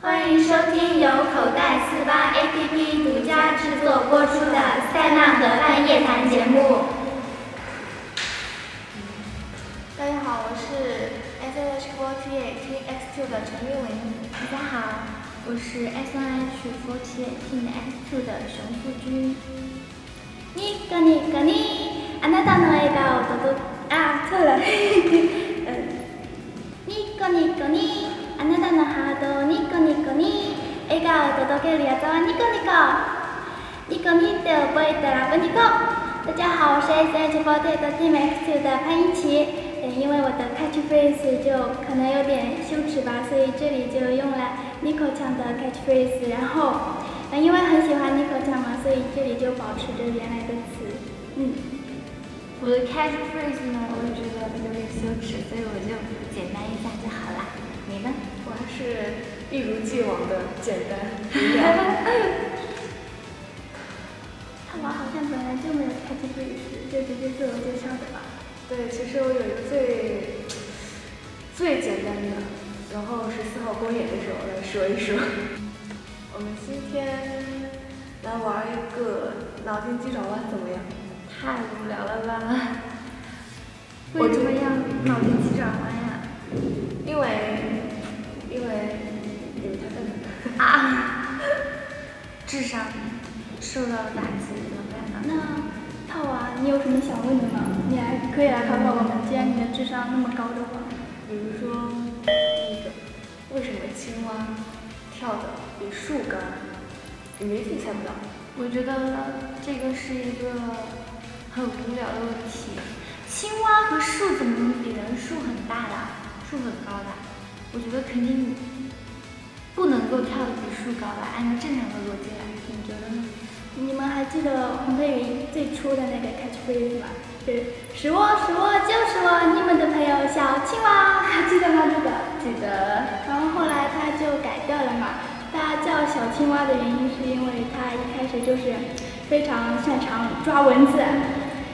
欢迎收听由口袋四八 APP 独家制作播出的《塞纳河畔夜谈》节目。大家好，我是 SH48TXQ 的陈韵文。大家好，我是 SNH48 X 2的熊富君。ニコニコニあなたの笑顔ととあそうだ。うんニコニコニあなたのハートをニコニコに笑顔を届けるやつはニコニコニコニって覚えたらニコ大家好，我是 SH48 的 Team X 2的潘一奇。呃，因为我的 catchphrase 就可能有点羞耻吧，所以这里就用了 Nico 唱的 catchphrase。然后，呃，因为很喜欢 Nico 唱嘛，所以这里就保持着原来的词。嗯，我的 catchphrase 呢，我就觉得有点羞耻，所以我就简单一下就好啦。你呢？我是一如既往的简单明 了。看我好像本来就没有 catchphrase，就直接自我介绍的吧。对，其实我有一个最最简单的，然后是四号公演的时候来说一说。 我们今天来玩一个脑筋急转弯，怎么样？太无聊了吧？我 为什就么要脑筋急转弯呀？因为因为你们太笨了。啊！ 智商受到打击怎么办呢？那套娃，你有什么想问的吗？你来可以来考考我们，既然你的智商那么高的话。比如说那个，为什么青蛙跳的比树高？你们一定猜不到。我觉得这个是一个很无聊的问题。青蛙和树怎么能比呢？树很大的，树很高的，我觉得肯定不能够跳得比树高吧？按照正常的逻辑来，你觉得呢？你们还记得黄飞云最初的那个 catchphrase 吗？就是是我是我就是我，你们的朋友小青蛙，还记得吗？这个。记得。然后后来他就改掉了嘛。他叫小青蛙的原因是因为他一开始就是非常擅长抓蚊子，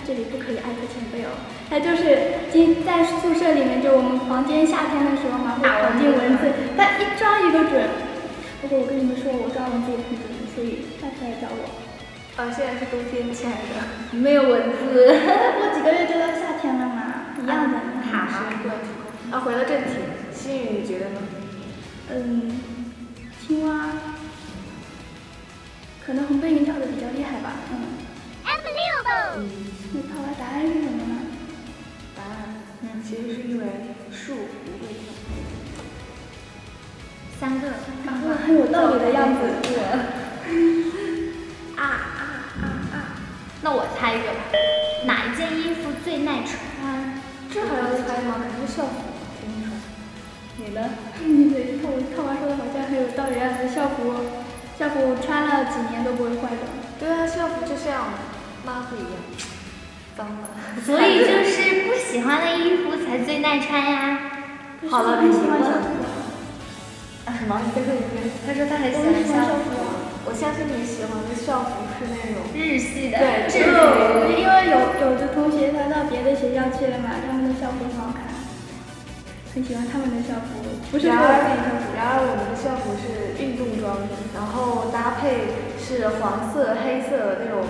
这里不可以艾特前辈哦。他就是经在宿舍里面，就我们房间夏天的时候嘛，会跑进蚊子，他一抓一个准。不过我跟你们说，我抓蚊子也很准，所以下次来找我。哦啊，现在是冬天，亲爱的。没有蚊子。过几个月就到夏天了嘛，一样的。好啊，回到正题，心雨你觉得呢？嗯，青蛙，可能红背云跳的比较厉害吧。嗯，那套娃答案是什么呢？答案，嗯其实是因为树不会跳。三个。讲的很有道理的样子。啊啊啊啊！那我猜一个吧，哪一件衣服最耐穿？这还要猜吗？肯定校服，肯定穿。你呢？你的套套娃说的好像很有道理的样子。校服，校服穿了几年都不会坏的。对啊，校服就像抹布一样，脏了。 所以就是不喜欢的衣服才最耐穿呀。好了很喜欢你校问服。啊，什么？你再说一遍。他说他很我很喜欢校服。啊我相信你喜欢的校服是那种日系的。对制这服个因为有有的同学他到别的学校去了嘛，他们的校服很好看，很喜欢他们的校服，不是说然我自己校服。而，然而我们的校服是运动装，然后搭配是黄色、黑色那种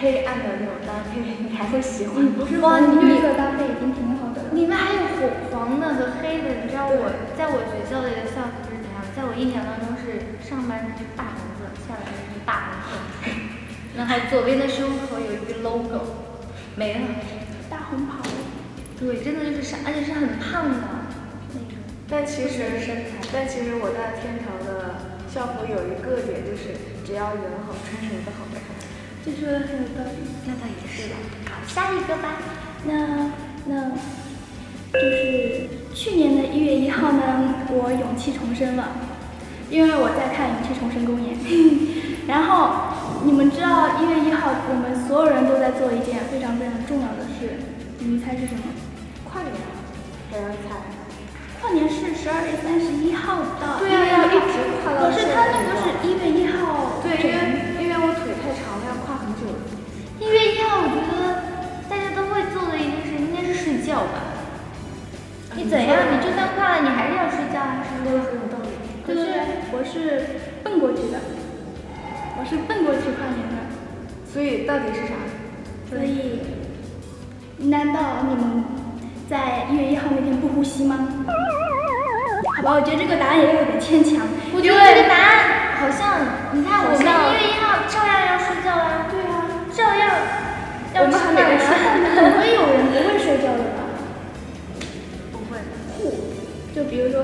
黑暗的那种搭配，你还会喜欢吗？哇，你绿色搭配已经挺好的了。里面还有火黄的和黑的，你知道我在我学校里的校服是怎样？在我印象当中是上半身是大红色，下半身是大红色， 然后左边的胸口有一个 logo，没了。大红袍，对，真的就是傻，而且是很胖的那种。但其实，但其实我在天朝的校服有一个点就是，只要人好，穿什么都好看。这说的很有道理。那倒也是。好，下一个吧。那那，就是去年的一月一号呢，我勇气重生了，因为我在看《勇气重生》公演。然后你们知道一月一号我们所有人都在做一件非常非常重要的事，你们猜是什么？跨年，还要猜？跨年是十二月三十一号到对啊1月1号要一直跨到可是他那个现在是一月一号。对，因为因为我腿太长了，要跨很久。一月一号，我觉得大家都会做的一件事应该是睡觉吧。你怎样，你就算挂了，你还是要睡觉啊，是不都是？很有道理。可是我我是蹦过去的，我是蹦过去跨年的。所以到底是啥？所以，难道你们在一月一号那天不呼吸吗？好吧，我觉得这个答案也有点牵强。我觉得这个答案好像，你看我好们像一月一号照样要睡觉啦，对啊，照样要我们吃还没有饭啊 啦吃饭呢，总会有人不会睡觉的吧？不会，就比如说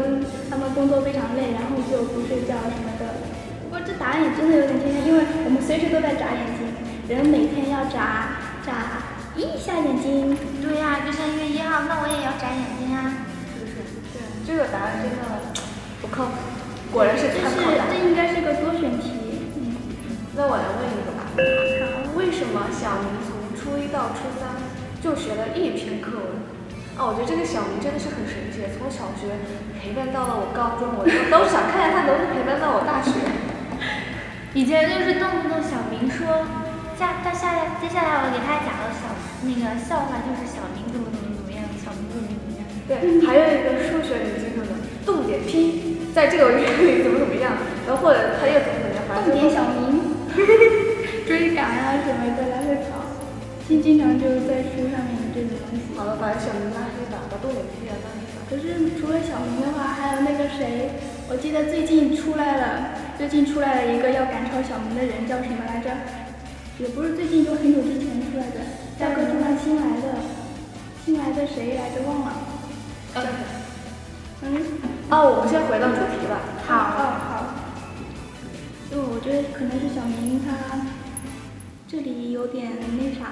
他们工作非常累，然后就不睡觉什么的。不过这答案也真的有点牵强，因为我们随时都在眨眼睛，人每天要眨眨一下眼睛。对呀、就像一月一号，那我也要眨眼睛啊，是不是？对，这个答案真的不靠谱，果然是这参是考答这案。应该是个多选题。嗯， 那我来问一个吧，嗯为什么小明从初一到初三就学了一篇课文？啊，我觉得这个小明真的是很神奇，从小学陪伴到了我高中，我都都想看看他能不能陪伴到我大学。以前就是动不动小明说，下他下来接下来我给大家讲个小那个笑话，就是小明怎么怎么怎么样，小明怎么怎么样。对，还有一个数学里经常的动点 P，在这个月里怎么怎么样，然后或者他又怎么怎么样，反重正点小 明，追赶啊什么的来回跑，经经常就是在书上面有这种东西。好了，把小明拉黑吧，把动点 P 也拉黑吧。可是除了小明的话，还有那个谁，我记得最近出来了，最近出来了一个要赶超小明的人，叫什么来着？也不是最近，就很久之前出来的，大哥突然新来的，新来的谁来着忘了？呃，嗯，哦，我们先回到主题吧。哦好。就我觉得可能是小明他这里有点那啥，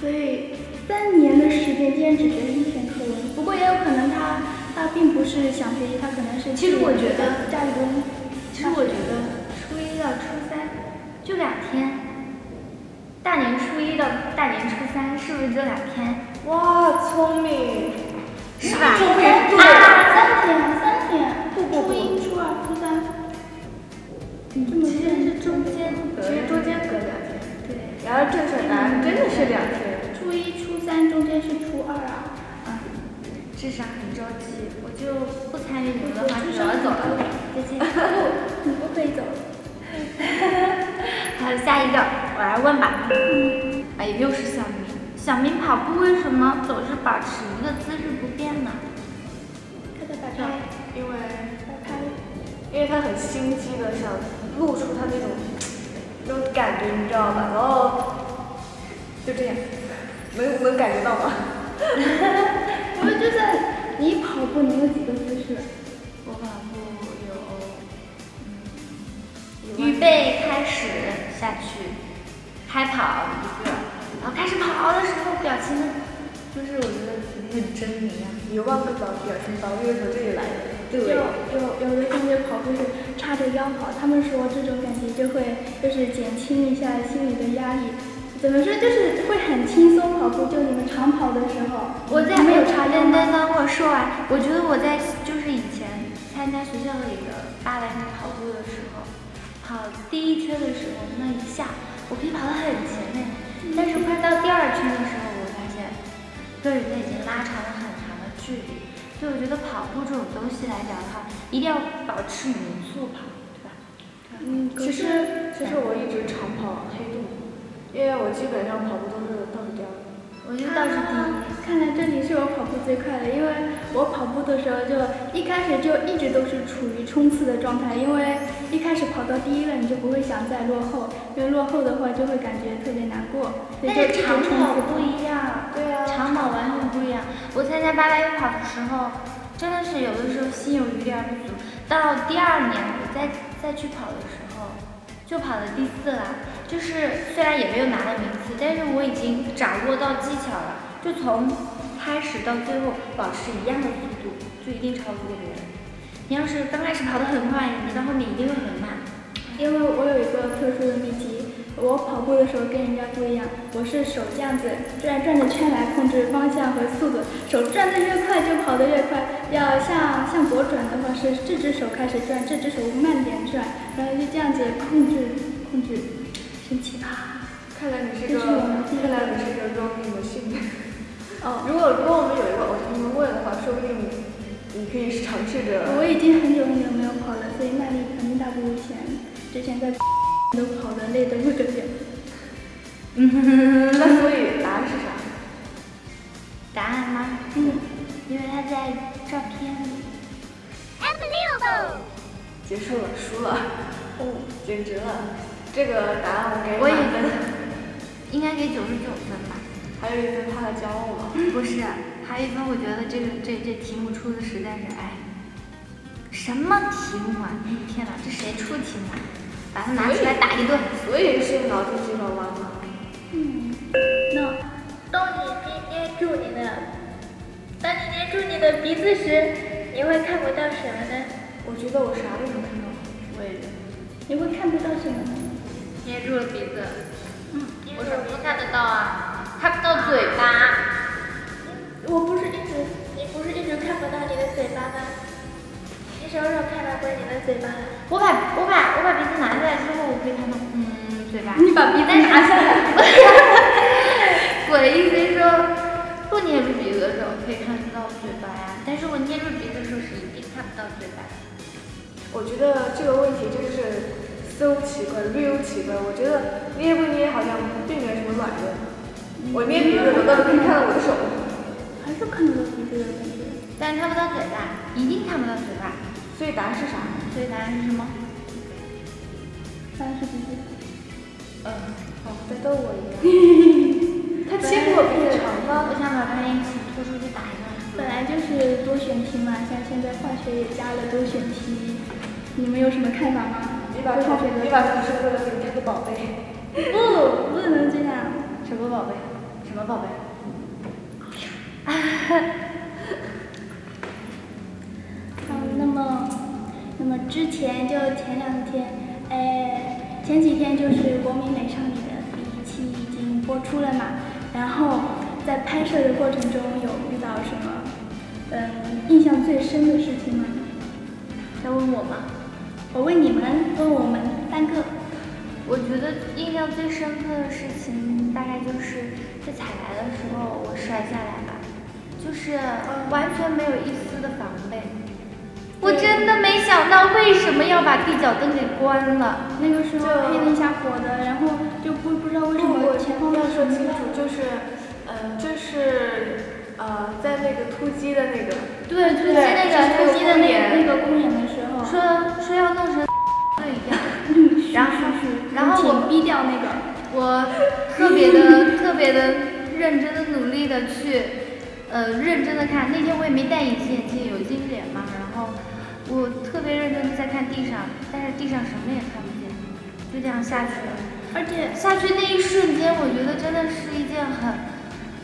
所以三年的时间竟然只学了一篇课文。不过也有可能他他并不是想学习，他可能是其实我觉得家里边，其实我觉得初一到初三就两天，大年初一到大年初三是不是就两天？哇，聪明！是吧？聪明三对天三天三天，不初不一初二初三，你这么其实是中间其实中间隔两天，对。然而正确答案真的是两天。初一、初三中间是初二啊，啊，智商很着急，我就不参与你们的话我题智了，商我很走了，再见。你不可以走。 好，下一个我来问吧。哎，又是小明。小明跑步为什么总是保持一个姿势不变呢？快点打开，因为，打开。因为他很心机的想露出他那种那种感觉，你知道吧？然后就这样，能能感觉到吗？我们就是你跑步能有几个姿势？我跑步有，预备开始下去，开跑一个，然后开始跑的时候表情呢，就是我觉得很狰狞啊。一万个表表情包就是从这里来的。有有有的同学跑步是叉着腰跑，他们说这种感觉就会就是减轻一下心里的压力。怎么说就是会很轻松跑步，就你们长跑的时候，我在没有叉腰等吗？等等我说完，我觉得我在就是以前参加学校里的八百米跑步的时候，跑第一圈的时候那一下，我可以跑得很前面，但是快到第二圈的时候，我发现跟人家已经拉长了很长的距离，所以我觉得跑步这种东西来讲的话，一定要保持匀速跑，对吧？嗯，可其实是其实我一直长跑黑洞，因为我基本上跑步都是倒着掉的。我就倒数第一。啊看来这里是我跑步最快的，因为我跑步的时候就一开始就一直都是处于冲刺的状态，因为一开始跑到第一了，你就不会想再落后，因为落后的话就会感觉特别难过，所以就一但是直长冲跑刺。不一样，对啊长跑完全不一样。我参加八百米跑的时候，真的是有的时候心有余而不足。到第二年我再再去跑的时候，就跑了第四了。就是虽然也没有拿到名次，但是我已经掌握到技巧了，就从开始到最后保持一样的速度，就一定超不过别人。你要是刚开始跑得很快，你到后面一定会很慢。因为我有一个特殊的秘籍，我跑步的时候跟人家不一样，我是手这样子转转着圈来控制方向和速度，手转得越快就跑得越快。要向向左转的话是这只手开始转，这只手慢点转，然后就这样子控制控制，神奇吧？看来你是这个，是我们第一看来你是个 running 的性格。哦，如果如果我们有一个偶像这么问的话，说不定你可以尝试着。我已经很久很久没有跑了，所以耐力很大大不如前，之前在 都跑得累得不得了。那所以答案是嗯啥？答案吗？嗯，因为他在照片里。 Unbelievable！结束了，输了， 哦，简直了！这个答案我给我也满分，应该给九十九分吧。还有一分怕他骄傲吗？不是，啊还有一分，我觉得这个这这题目出的实在是，哎，什么题目啊！天哪，这谁出题目、啊？把它拿出来打一顿。所以是脑筋急转弯吗？嗯，那当你捏捏住你的，当你捏住你的鼻子时，你会看不到什么呢？我觉得我啥都能看到，我也觉得你会看不到什么呢？捏住了鼻子，嗯，我什么都看得到啊，看不到嘴巴。我不是一直，你不是一直看不到你的嘴巴吗？你什么时候看到过你的嘴巴？我把我把我把鼻子拿下来之后，我可以看到，嗯，嘴巴。你把鼻子拿下来。我的意思是说，不捏住鼻子的时候可以看得到嘴巴呀，但是我捏住鼻子的时候是一定看不到嘴巴的。我觉得这个问题真是 so 奇怪，real 奇怪。我觉得捏不捏好像并没有什么卵用。我捏鼻子，我倒是可以看到我的手。还是看不到鼻子的感觉。但是看不到嘴巴，一定看不到嘴巴。所以答案是啥？所以答案是什么？当然是鼻子。呃嗯，好，在逗我一样。他欺负我鼻子长我吗？想把他一起拖出去打一顿。本来就是多选题嘛，像现在化学也加了多选题，你们有什么看法吗？你把对同化学的你把同学做的给他的宝贝。不，不能这样。什么宝贝？什么宝贝？好，那么，那么之前就前两天，哎，前几天就是《国民美少女》的第一期已经播出了嘛，然后在拍摄的过程中有遇到什么，嗯，印象最深的事情吗？要问我吗？我问你们，问我们三个。我觉得印象最深刻的事情，大概就是在彩排的时候我摔下来了，就是完全没有一丝的防备。我真的没想到为什么要把地脚蹬给关了。那个时候黑了一下火的，然后就不不知道为什么我前方的要什说么清楚，就是，呃，就是，呃，在那个突击的那个，对，突击那对个突突击击的的那那个个那个公演的时候，说说要弄成 对一样，然后然后紧我逼掉那个，我特别的特别的认真的努力的去，呃，认真的看。那天我也没戴隐形眼镜，有近视眼嘛，然后我特别认真的在看地上，但是地上什么也看不见，就这样下去了。而且下去那一瞬间，我觉得真的是一件很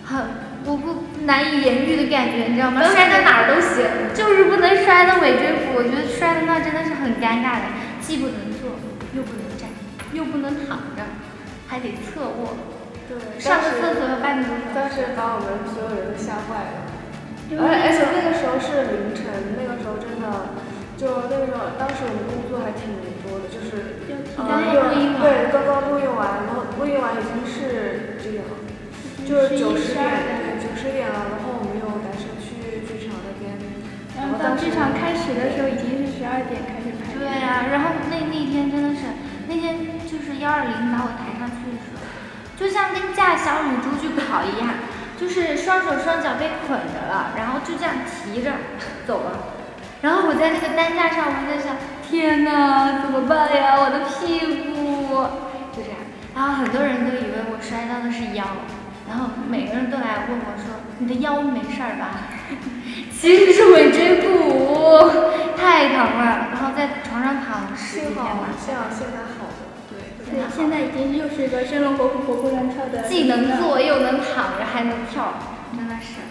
很我不难以言喻的感觉，你知道吗？摔到哪儿都行，就是不能摔到尾椎骨。我觉得摔到那真的是很尴尬的，既不能坐，又不能站，又不能躺着，还得侧卧。对上个厕所要半个钟头。当时把我们所有人都吓坏了。因而为而且那个时候是凌晨，那个时候真的，就那个时候，当时我们工作还挺多的，就是就挺呃累又的对，刚刚录用完，然后录用完已经是这样，就是九十点，对，九十点了，然后我们又打车去剧场那边，然后后到当剧时呃场开始的时候已经是十二点开始拍对的，啊，然后那那天真的是，那天就是幺二零把我抬上去的时候，就像跟架小母猪去跑一样，就是双手双脚被捆着了，然后就这样提着走了。然后我在那个担架上，我就在想，天哪，怎么办呀？我的屁股，就这样。然后很多人都以为我摔到的是腰，然后每个人都来问我说：“你的腰没事儿吧？” 其实是尾椎骨，太疼了。然后在床上躺十几幸天好吧，幸好现在好了，对，对，现在已经又是一个生龙活虎、活蹦乱跳的，既能，坐又能躺着还能跳，真的是。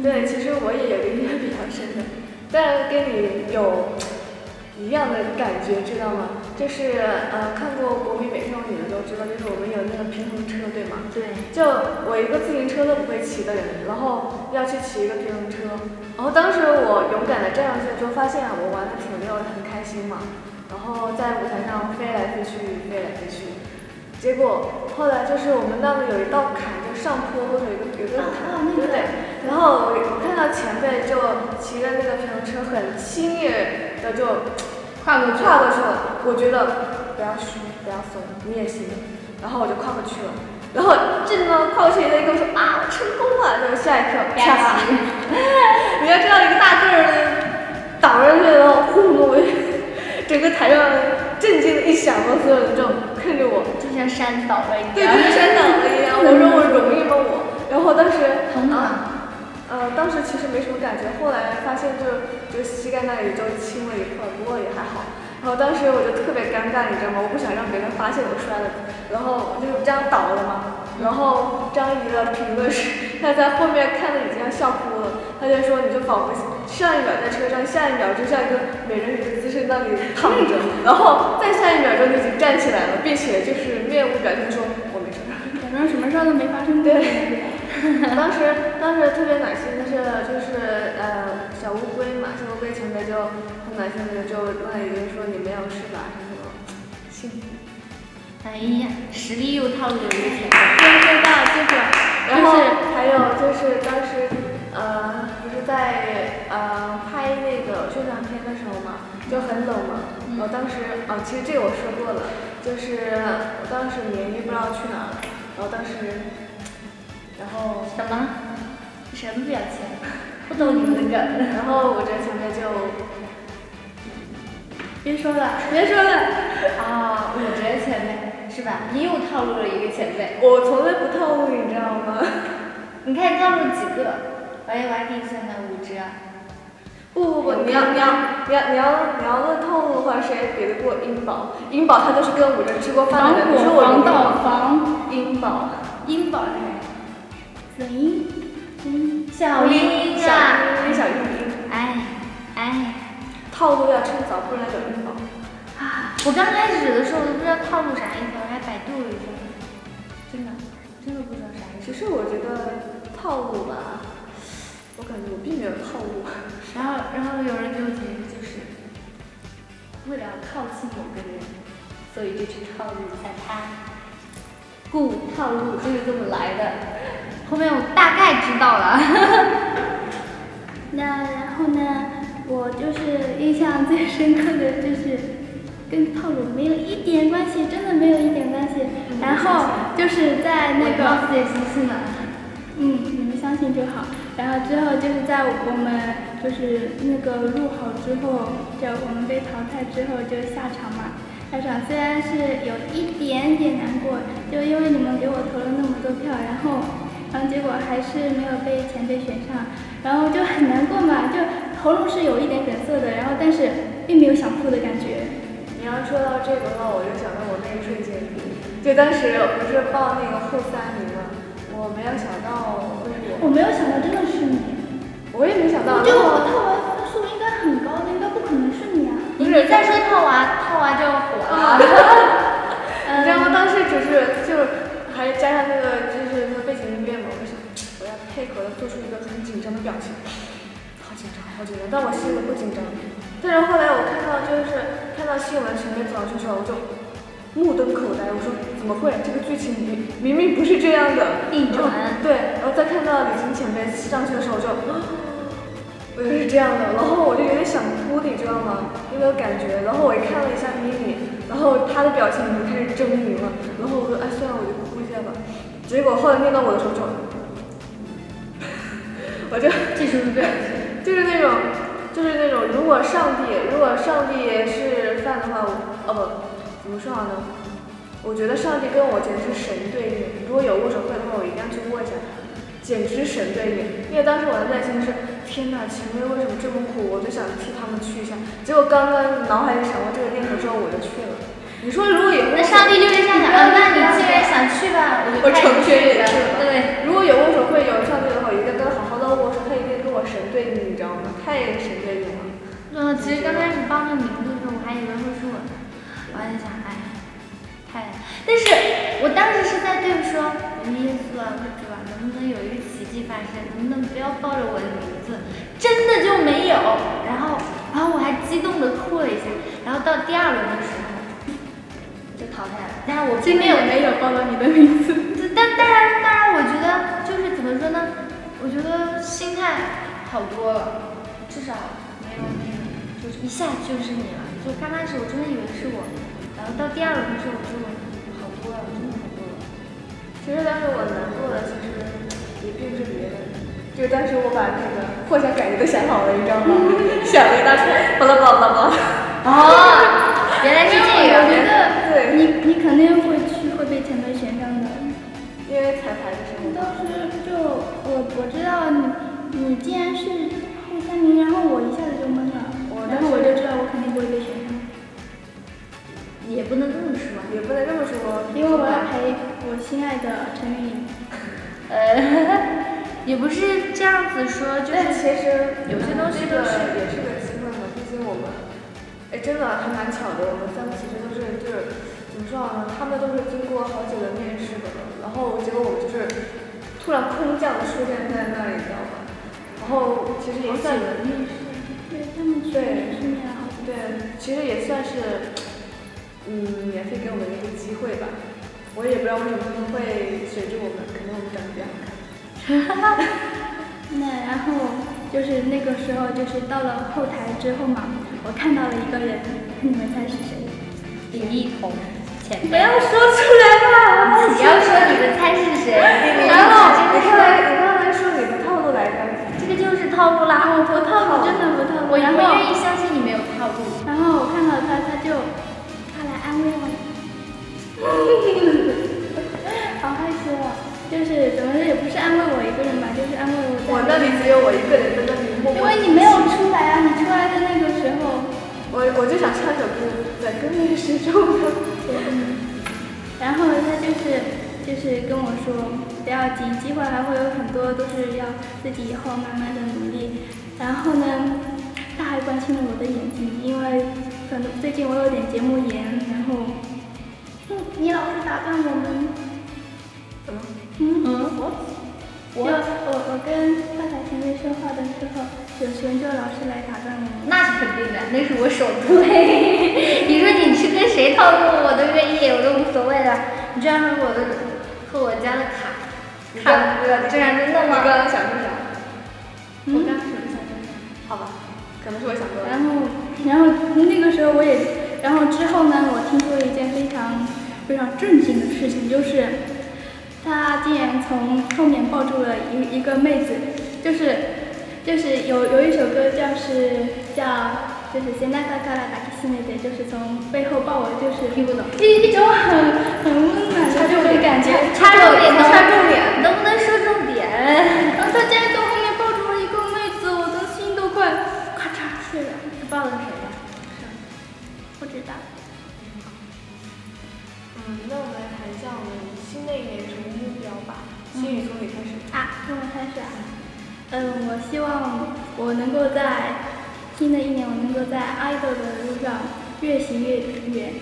对，其实我也有一个比较深的，但跟你有一样的感觉，知道吗？就是呃，看过《国民美少女》的都知道，就是我们有那个平衡车，对吗？对，就我一个自行车都不会骑的人，然后要去骑一个平衡车，然后当时我勇敢的站上去，就发现啊我玩的挺溜，很开心嘛，然后在舞台上飞来飞去，飞来飞去，结果后来就是我们那里有一道坎，就上坡或者有一个有一个坎，啊那个对不对？然后我我看到前辈就骑着那个平衡车很轻易的就跨过去，跨过去了。我觉得不要虚，不要怂，你也行。然后我就跨过去了。然后正当跨过去的人跟我说啊，我成功了，就是下一刻不要啪急！你要知道一个大个儿的倒上去了，然后轰隆， 整个台上震惊的一响，然后所有的观众看着我，就像山倒了一对，样。就是山倒了一样。我说我容易吗我？然后当时很好啊，呃，当时其实没什么感觉，后来发现就就膝盖那里就青了一块，不过也还好。然后当时我就特别尴尬，你知道吗？我不想让别人发现我摔了，然后我就这样倒了嘛。然后张怡的评论是，她在后面看的已经要笑哭了，她就说你就仿佛上一秒在车上，下一秒就像一个美人鱼的姿势那里躺着，然后再下一秒钟就已经站起来了，并且就是面无表情说我没事儿。假装什么事儿都没发生过。当时当时特别暖心的是，就是呃小乌龟嘛，小乌龟前辈就很暖心的就问了一句说你没有事吧什么什么，哎呀，实力又套路了一天。对对到这个，然后就是还有就是当时呃不是在呃拍那个宣传片的时候嘛，就很冷嘛，我、当时啊、其实这个我说过了，就是我当时年夜不知道去哪儿了，然后当时然后。怎么了？什么表情？不懂你们的。然后我这前辈就别说了，别说了，啊，我觉得前辈是吧？你又套路了一个前辈。我从来不套路，你知道吗？你看套路几个？哎，我还给你算到五只啊。不不不，你要你要你要你要你要论套路的话，谁也比得过英宝？英宝他就是跟我这吃过饭防的人，你说火我防英盗宝？防英宝，英宝是谁？嗯，小英英小啊！英小英英，哎哎套路要趁早，不然有英宝。啊！我刚开始的时候我都不知道套路啥意思，我还百度了一下，真的真的不知道啥意思。其实我觉得套路吧，我感觉我并没有套路。然后然后有人给我解释就是，为了靠近某个人，所以就去套路一下他，故套路就是这么来的。后面我大概知道 了。那然后呢，我就是印象最深刻的就是跟套路没有一点关系，真的没有一点关系。然后就是在那个自己相信了。嗯，你们相信就好。然后之后就是在我们就是那个录好之后，就我们被淘汰之后就下场嘛。下场虽然是有一点点难过，就因为你们给我投了那么多票，然后，然后结果还是没有被前辈选上，然后就很难过嘛，就喉咙是有一点梗塞的，然后但是并没有想哭的感觉。你要说到这个的话，我就想到我那一瞬间，就当时我不是报那个后三名嘛，我没有想到为什我么，没有想到真的是你，我也没想到，我觉得我套完分数应该很高的，应该不可能是你啊。你你再说套娃，套娃就要火了。你知道吗？当时只是就是还加上那个就是那个背景音乐嘛，我就想我要配合的做出一个很紧张的表情，好紧张，好紧张，但我心里不紧张。但是后来我看到就是看到新闻前面走上去的时候，我就目瞪口呆，我说怎么会？这个剧情明明明不是这样的，逆转嗯对，然后再看到李晴前辈上去的时候，我就。啊我就是这样的，然后我就有点想哭，你知道吗？那个感觉。然后我一看了一下咪咪，然后她的表情已经开始狰狞了。然后我说，哎，算了，我就哭一下吧。结果后来念到我的时候就， 我 就这是不是？就是那种，就是那种，如果上帝，如果上帝是饭的话，我哦不，怎么说好呢？我觉得上帝跟我简直是神对应。如果有握手会的话，我一定要去握一下他，简直是神对应。因为当时我的内心是，天哪，前辈为什么这么苦？我就想替他们去一下。结果刚刚脑海里闪过这个念头之后，我就去了。你说如果有那上帝就是这样想的，那你既然想去吧，我就我成全你了。对，如果有握手会有上帝的话，我一定要跟他好好的握手，他一定跟我神对应，你知道吗？太神对应了。嗯，其实刚开始报那名字的时候，我还以为会是我呢，我还在想，哎，太……但是我当时是在对我说，我说耶稣啊，我说主啊，能不能有一个奇迹发生？能不能不要报着我的名字？真的就没有。然后，然后我还激动的哭了一下。然后到第二轮的时候，就淘汰了。但是我并没有没有报到你的名字。但当然，当然，我觉得就是怎么说呢？我觉得心态好多了，至少没有那个，就是一下就是你了。就刚开始我真的以为是我，然后到第二轮的时候，我觉得我好多了，我真的好多了。其实当时我难过的，其实也并不是别的，就是当时我把那个获奖感觉都想好了，你知道 吗？想了一大串，巴拉巴拉巴拉。 哦，原来是这我觉个。得对你你肯定会去会被前辈选上的。因为彩排的时候，当时就我我知道你你既然是后三名，然后我一下子就懵我了，然当时后我就知道我肯定不会被选上，也不能这么说，也不能这么说，因为我要陪我心爱的陈云颖。呃， 也不是这样子说，就但是其实有些东西这都个是也是个机会嘛，毕竟我们，哎，真的还蛮巧的。我们三个其实都是就是怎么说呢？他们都是经过好久的面试的，然后结果我们就是突然空降出现在那里，你知道吗？然后其实也算对他们去对去年好几对，其实也算是嗯免费给我们一个机会吧。我也不知道为什么他们会选中我们，可能我们长得比较好看。那然后就是那个时候，就是到了后台之后嘛，我看到了一个人，你们猜是谁？李一桐，前不要说出来吧，我你要说你的菜是谁？哎然然后后你刚才你刚才说你的套路来着。这个就是套路啦。我不套路，真的不套路。我然我后愿意相信你没有套路。然后我看到他，他就他来安慰我，好害羞啊！就是怎么说也不是安慰我一个人吧，就是安慰我在。我那里只有我一个人在那里默因默。为你没有出来啊，你出来的那个时候，我我就想唱首歌，在跟那个谁唱的。 然后他就是就是跟我说不要急，机会还会有很多，都是要自己以后慢慢的努力。然后呢，他还关心了我的眼睛，因为可能最近我有点结膜炎，然后，嗯，你老是打断我们，嗯嗯，我我呃我跟发财前辈说话的时候，有时候就老是来打断我们。那是肯定的，那是我首推。你说你是跟谁套路，我都愿意，我都无所谓的。你居然喝我的，喝我家的卡，卡这样真的你刚吗？刚想说啥？嗯，好吧，可能是我想多了。然后然后那个时候我也，然后之后呢，我听说了一件非常非常震惊的事情，就是他竟然从后面抱住了一一个妹子，就是就是有有一首歌叫是叫就是《现代卡卡拉达西内德》，就是从背后抱我，就是听不懂，一种很很温暖的这种感觉，插重点，插重点，能不能说重点？然后他竟然从后面抱住了一个妹子，我的心都快咔嚓碎了。是抱的谁呀？不知道，嗯，那我们来谈一下我们新的一年什么目标吧。新宇从你开始。啊，那我开始啊。嗯，我希望我能够在新的一年，我能够在爱豆的路上越行越远。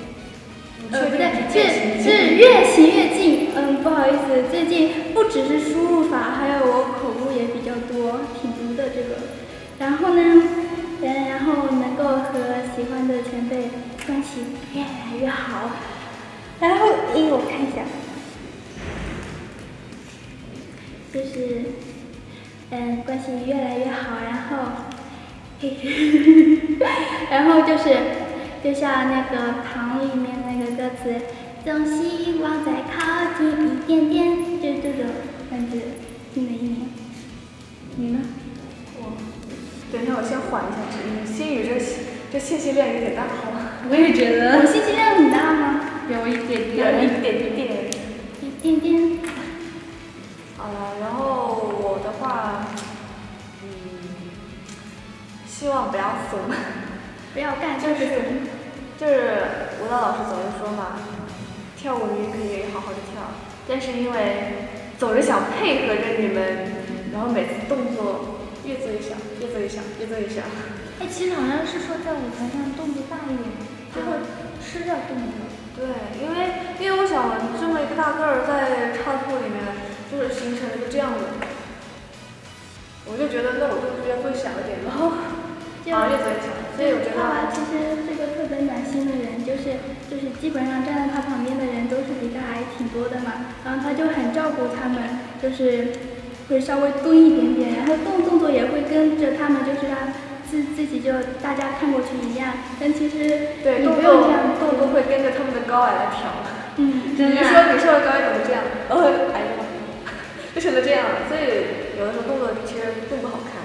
呃，不对，是是越行越近。嗯，不好意思，最近不只是输入法，还有我口误也比较多，挺毒的这个。然后呢，嗯，然后能够和喜欢的前辈关系越来越好。然后，诶，我看一下，就是，嗯，关系越来越好，然后，嘿， 然后就是，就像那个糖里面那个歌词，总希望再靠近一点点，就这种感觉，新的一年，你呢？等一下，我先缓一下这音。新宇这这信息量有点大，好吧？我也觉我得信息量很大吗？有一点有点。一点一点。一点点，啊，然后我的话，嗯，希望不要怂。不要干这个哎就是事情。 就是舞蹈老师总是说嘛，跳舞你可以好好的跳，但是因为总是想配合着你们，然后每次动作越做越小，越做越小，越做越小。哎，其实好像是说在舞台上动作大一点，就会吃掉动作。对，因为因为我想这么一个大个儿在插兔里面，就是形成了一个这样的，我就觉得那我动作要做小一点，然后啊越做越小，所以我觉他其得实是个特别暖心的人，就是就是基本上站在他旁边的人都是比他矮挺多的嘛，然后他就很照顾他们，就是会稍微蹲一点点，然后动动作也会跟着他们，就是让自自己就大家看过去一样，但其实对，动不你没有动这样动动不动会跟着他们的高矮来调。嗯，你真的是说你说的高矮怎么这样？哦，哎呀，为什么这样？所以有的时候动作其实并不好看。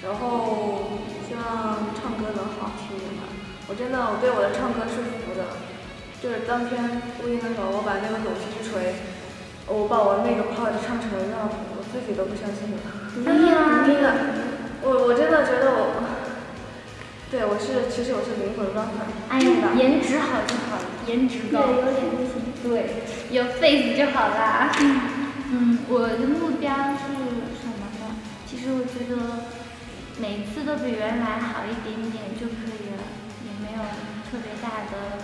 然后希望唱歌能好听一点吧。我真的我对我的唱歌是服的，就是当天录音的时候，我把那个勇气之锤，我把我那个 part 唱成了样，我自己都不相信了。真的吗？真的，我我真的觉得我，对我是其实我是灵魂乱粉，哎真呀，的颜值好就好了，颜值对，高。有点不行。对，有 face 就好啦。嗯，我的目标是什么呢？其实我觉得每次都比原来好一点点就可以了，也没有特别大的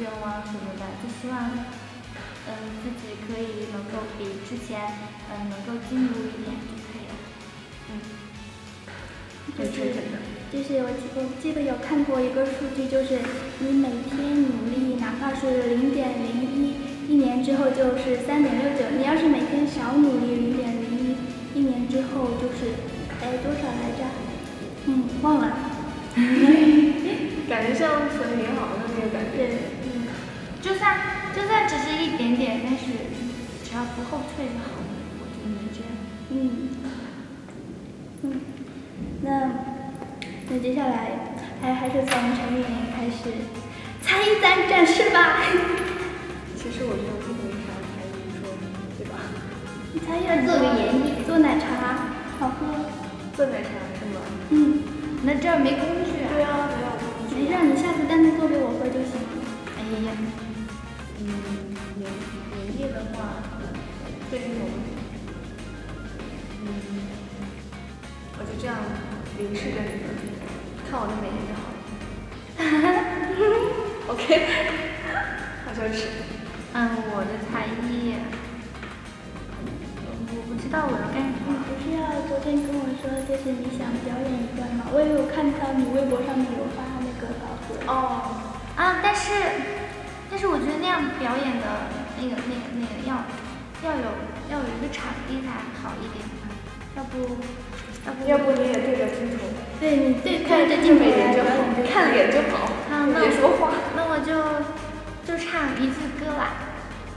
愿望什么的，就希望嗯自己可以能够比之前嗯能够进步一点就可以了。嗯就对是真的。就是我记我记得有看过一个数据，就是你每天努力，哪怕是零点零一，一年之后就是三点六九。你要是每天少努力零点零一，一年之后就是哎多少来着？嗯，忘了。感觉像存银行的那个感觉。对，就算就算只是一点点，但是只要不后退就好了。我觉得是这样。嗯，嗯，那那接下来还还是从陈雨林开始，猜一猜展示吧。其实我觉得我并没啥才艺，你说对吧？你猜一下做个演绎，做奶茶好喝。做奶茶是吗？嗯，那这儿没工具啊？对啊，没有工具。没事，你下次单独做给我喝就行了。哎呀，嗯，演演绎的话，最近我，嗯，我就这样凝视着你们，看我的美颜就好了。OK，好羞耻。嗯，我的才艺，嗯我不知道我要干什你么。不是要昨天跟我说，就是你想表演一段吗？我也有看到你微博上面有发那个稿子。哦，啊，但是，但是我觉得那样表演的那个、那个、那个要要有要有一个场地才好一点吧，要不要不要不你也对着镜头，对你对看着镜头美来颜就表好演，这，个看脸就好，啊那别说话。那我就就唱一句歌吧，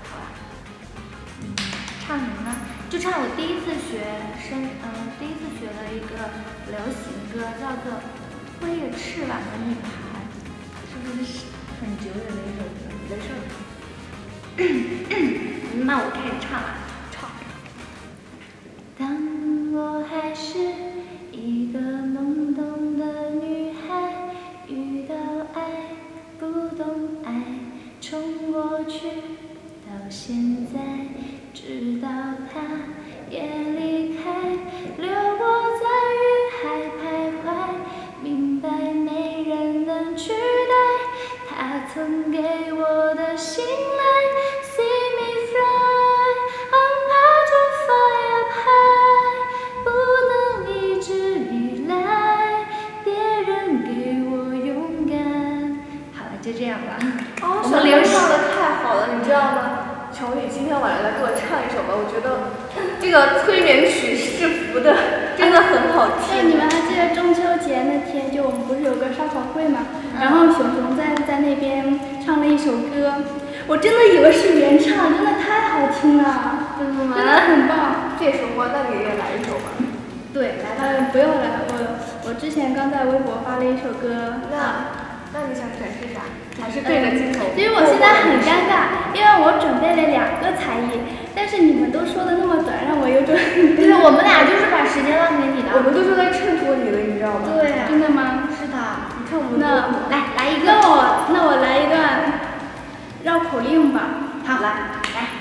好吧？嗯，唱什么呢？就唱我第一次学声，嗯、第一次学的一个流行歌，叫做《挥着翅膀的女孩》，是不是 很久远的一首歌？没事儿，嗯那我开始唱了，唱。当我还是一个懵懂的女孩，遇到爱不懂爱，冲过去，到现在，直到他也离开，流落在云海徘徊，明白没人能取代他曾给我的信赖。See me fly, I'm about to fly up high，不能一直依赖别人给我勇敢。好了，就这样吧。哦，我小们刘留唱下。的太好了，你知道吗？求你今天晚上来给我唱一首吧，我觉得这个催眠曲是服的，真的很好哎，听。你们还记得中秋节那天，就我们不是有个烧烤会嘛？然后熊熊在在那边唱了一首歌，我真的以为是原唱，真的太好听了，真真的的吗？很棒。这首歌，那你也来一首吧。对，来吧。呃，不用了，我我之前刚在微博发了一首歌，那，那你想展示啥？还是对着镜头？因为我现在很尴尬，因为我准备了两个才艺，但是你们都说的那么短，让我有种 对，我们俩就是把时间让给你我的。们都是在衬托你的，你知道吗？对啊真的吗？是的。你看我们那多来，来一个。那我那我来一段绕口令吧。好，来，来。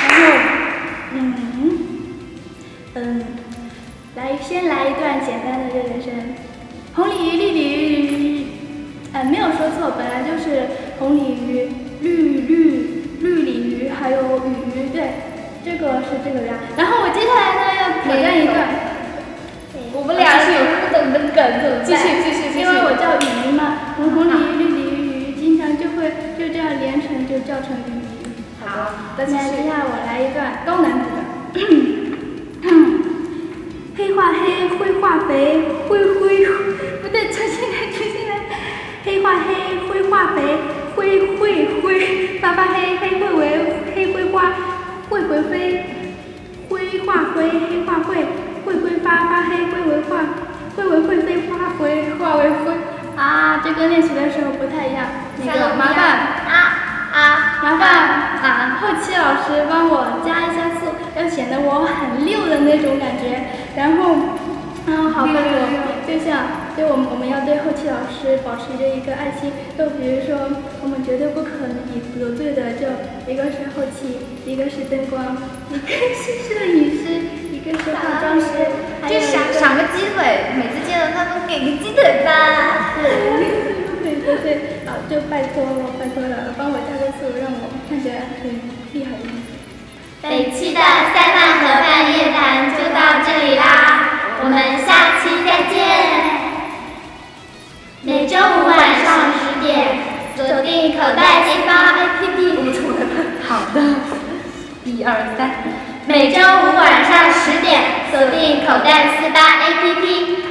然后，嗯，嗯，来，先来一段简单的热热身。红鲤鱼，绿鲤鱼，呃，没有说错，本来就是红鲤鱼、绿绿绿鲤鱼，还有雨鱼，对，这个是这个样。然后我接下来呢要挑战一段，我们俩是有不懂的梗，怎么办？继续继续继续。因为我叫雨鱼嘛，红红鲤鱼、绿鲤鱼，雨鱼，经常就会就这样连成就叫成雨鱼。好，那那继接续。下来我来一段高难度的。 黑化黑，灰化肥，灰灰，不对，重新来，重新来，黑化黑，灰化肥，灰灰灰，发发黑，黑会为黑灰花，会回飞，灰化灰，黑化会，会挥发发黑，灰为化，会为会飞，花回化为灰。啊，这跟练习的时候不太一样，那下一个个麻不一样烦。啊啊麻烦啊，后期老师帮我加一下速，要显得我很溜的那种感觉。然后，嗯，好，那我就像，就我们我们要对后期老师保持着一个爱心。就比如说，我们绝对不可以得罪的，就一个是后期，一个是灯光，一个是摄影师，一个是化妆师，还有这一赏个赏个鸡腿，每次见到他都给个鸡腿吧。对对对，啊，就拜托我，拜托了，帮我加个速，让我看起来很厉害一点。北区的塞纳河畔夜谈就到这里啦，我们下期再见。每周五晚上十点，锁定口袋街坊 APP。好的，一二三。每周五晚上十点，锁定口袋四八 APP，